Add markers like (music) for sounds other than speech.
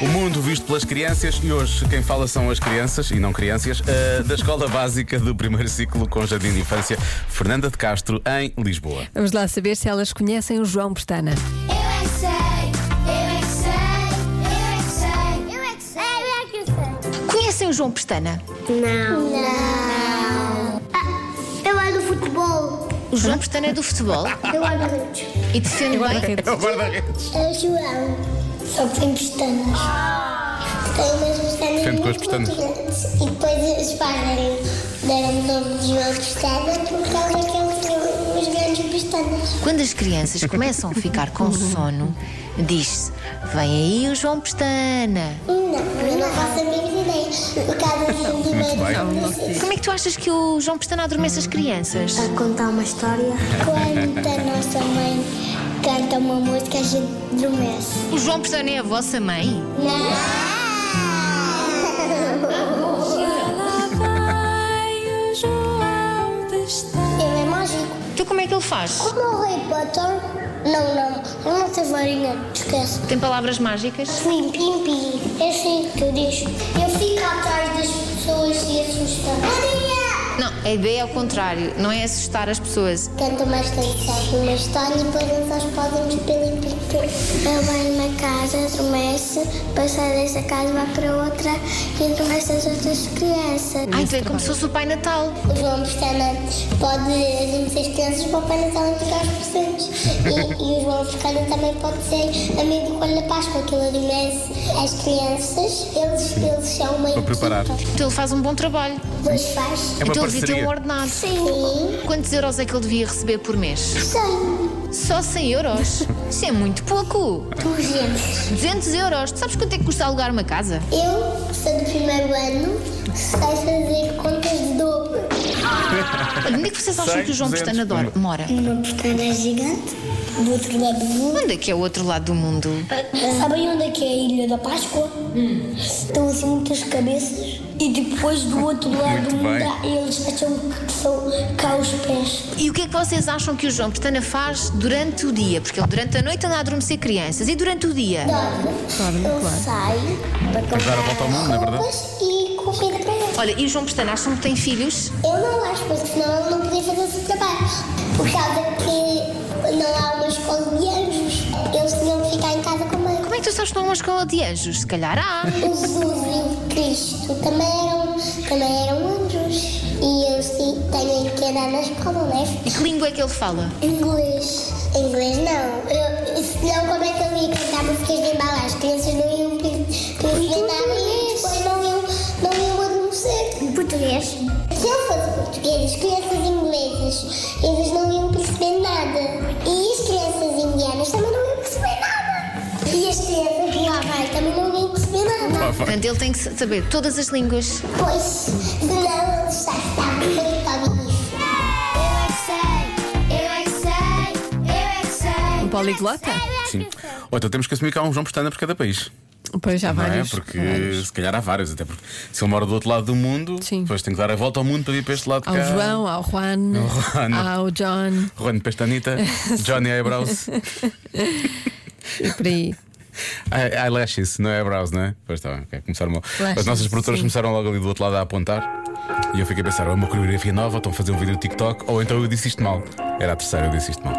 O mundo visto pelas crianças e hoje quem fala são as crianças e não crianças eh, da escola básica do primeiro ciclo com jardim de infância Fernanda de Castro em Lisboa. Vamos lá saber se elas conhecem o João Pestana. Eu é que sei, eu é que sei, eu é que sei, eu é que sei, é eu Conhecem o João Pestana? é que sei. Não. Não. Ah, eu é do futebol. O João Pestana é do futebol Eu é do redes. e defende bem. guarda-redes. É o João. Só que tem pestanas. Tem umas pestanas Defende com as muito pestanas. grandes. E depois os pais deram o nome de João Pestanas por causa é que ele tinha umas grandes pestanas. Quando as crianças começam a ficar com sono, diz-se: vem aí o João Pestana. Não, eu não faço a mínima ideia. Por causa um dos primeiros meses. Como é que tu achas que o João Pestana adormece as crianças? a contar uma história. Quando a nossa mãe canta uma música, a gente adormece. O João Pestana é a vossa mãe? Ele é mágico. Então como é que ele faz? Como o Harry Potter. Não, não. Ele não tem varinha. Esquece. Tem palavras mágicas? Plim, plim, plim. É assim que eu deixo. Eu fico atrás das pessoas e assusto. Maria! Não, a ideia é ao contrário, não é assustar as pessoas. Canta uma história, uma história e depois eles as podem plim, plim, plim. Eu venho É uma casa, adormece, passar dessa casa, vai para outra e adormece as outras crianças. Ah, então é como se fosse o Pai Natal. O João Pestana pode adormecer as crianças para o Papai Natal entregar os presentes. E, e o João Pestana também pode ser amigo do Coelho da Páscoa, que ele adormece as crianças. Eles, eles são uma Para preparar. equipa. Então ele faz um bom trabalho. Dois faz. É uma então ele devia parceria. ter um ordenado. Sim. Quantos euros é que ele devia receber por mês? Sim. Só 100 euros? Isso é muito pouco. Duzentos. 200 euros. Tu sabes quanto é que custa alugar uma casa? Eu sou do primeiro ano, sei fazer contas de dobro. Olha, Onde é que vocês acham 100, que o João 200, Pestana adora- uma. mora? Uma pestana gigante, do outro lado do mundo. Onde é que é o outro lado do mundo? Ah. Sabem onde é que é a Ilha da Páscoa? Hum. Estão assim muitas cabeças e depois do outro lado Muito do mundo bem. há- eles acham que são cá os pés. E o que é que vocês acham que o João Pestana faz durante o dia? Porque ele durante a noite anda a adormecer crianças. E durante o dia? Dorme, eu saio para dar a volta ao mundo, não é comprar verdade? roupas e comida para ele. Olha, e o João Pestana acham que tem filhos? Eu não acho, porque senão ele não podia fazer esse trabalho. Por causa que não há uma escola de anjos. Eles tinham que ficar em casa com a mãe. Como é que tu sabes que não há uma escola de anjos? Se calhar há. O Jesus e o Cristo também eram, também eram anjos. E eles ti- têm que andar na escola, não é? E que língua é que ele fala? Inglês. Inglês não. Eu, senão como é que eu ia cantar músicas de embalar? As crianças não iam perceber nada e depois não iam, não iam adormecer. Português? Se eu fosse português, as crianças inglesas, eles não iam perceber nada. E as crianças indianas também não iam perceber nada. E as crianças do Havaí também não iam perceber nada. Portanto, ele tem que saber todas as línguas. Pois, senão eles já estavam muito pobres. Eu é que sei, eu é que sei, eu é que sei. Um poliglota? Sim. Ou então temos que assumir que há um João Pestana para cada país. Pois já Não é? vários. Porque vários. se calhar há vários, até porque se ele mora do outro lado do mundo, Sim. depois tem que dar a volta ao mundo para ir para este lado de Há o cá. João, há o Juan, (laughs) Ao Juan. há o John Juan (laughs) Pestanita, Johnny Eyebrows, e por aí. Eye- Ah, Eyelashes, não é eyebrows, não é? Pois está bem, ok. começaram. Lashes, As nossas produtoras sim. começaram logo ali do outro lado a apontar e eu fiquei a pensar: ou é uma coreografia nova, estão a fazer um vídeo do TikTok, ou então eu disse isto mal. Era a terceira, eu disse isto mal.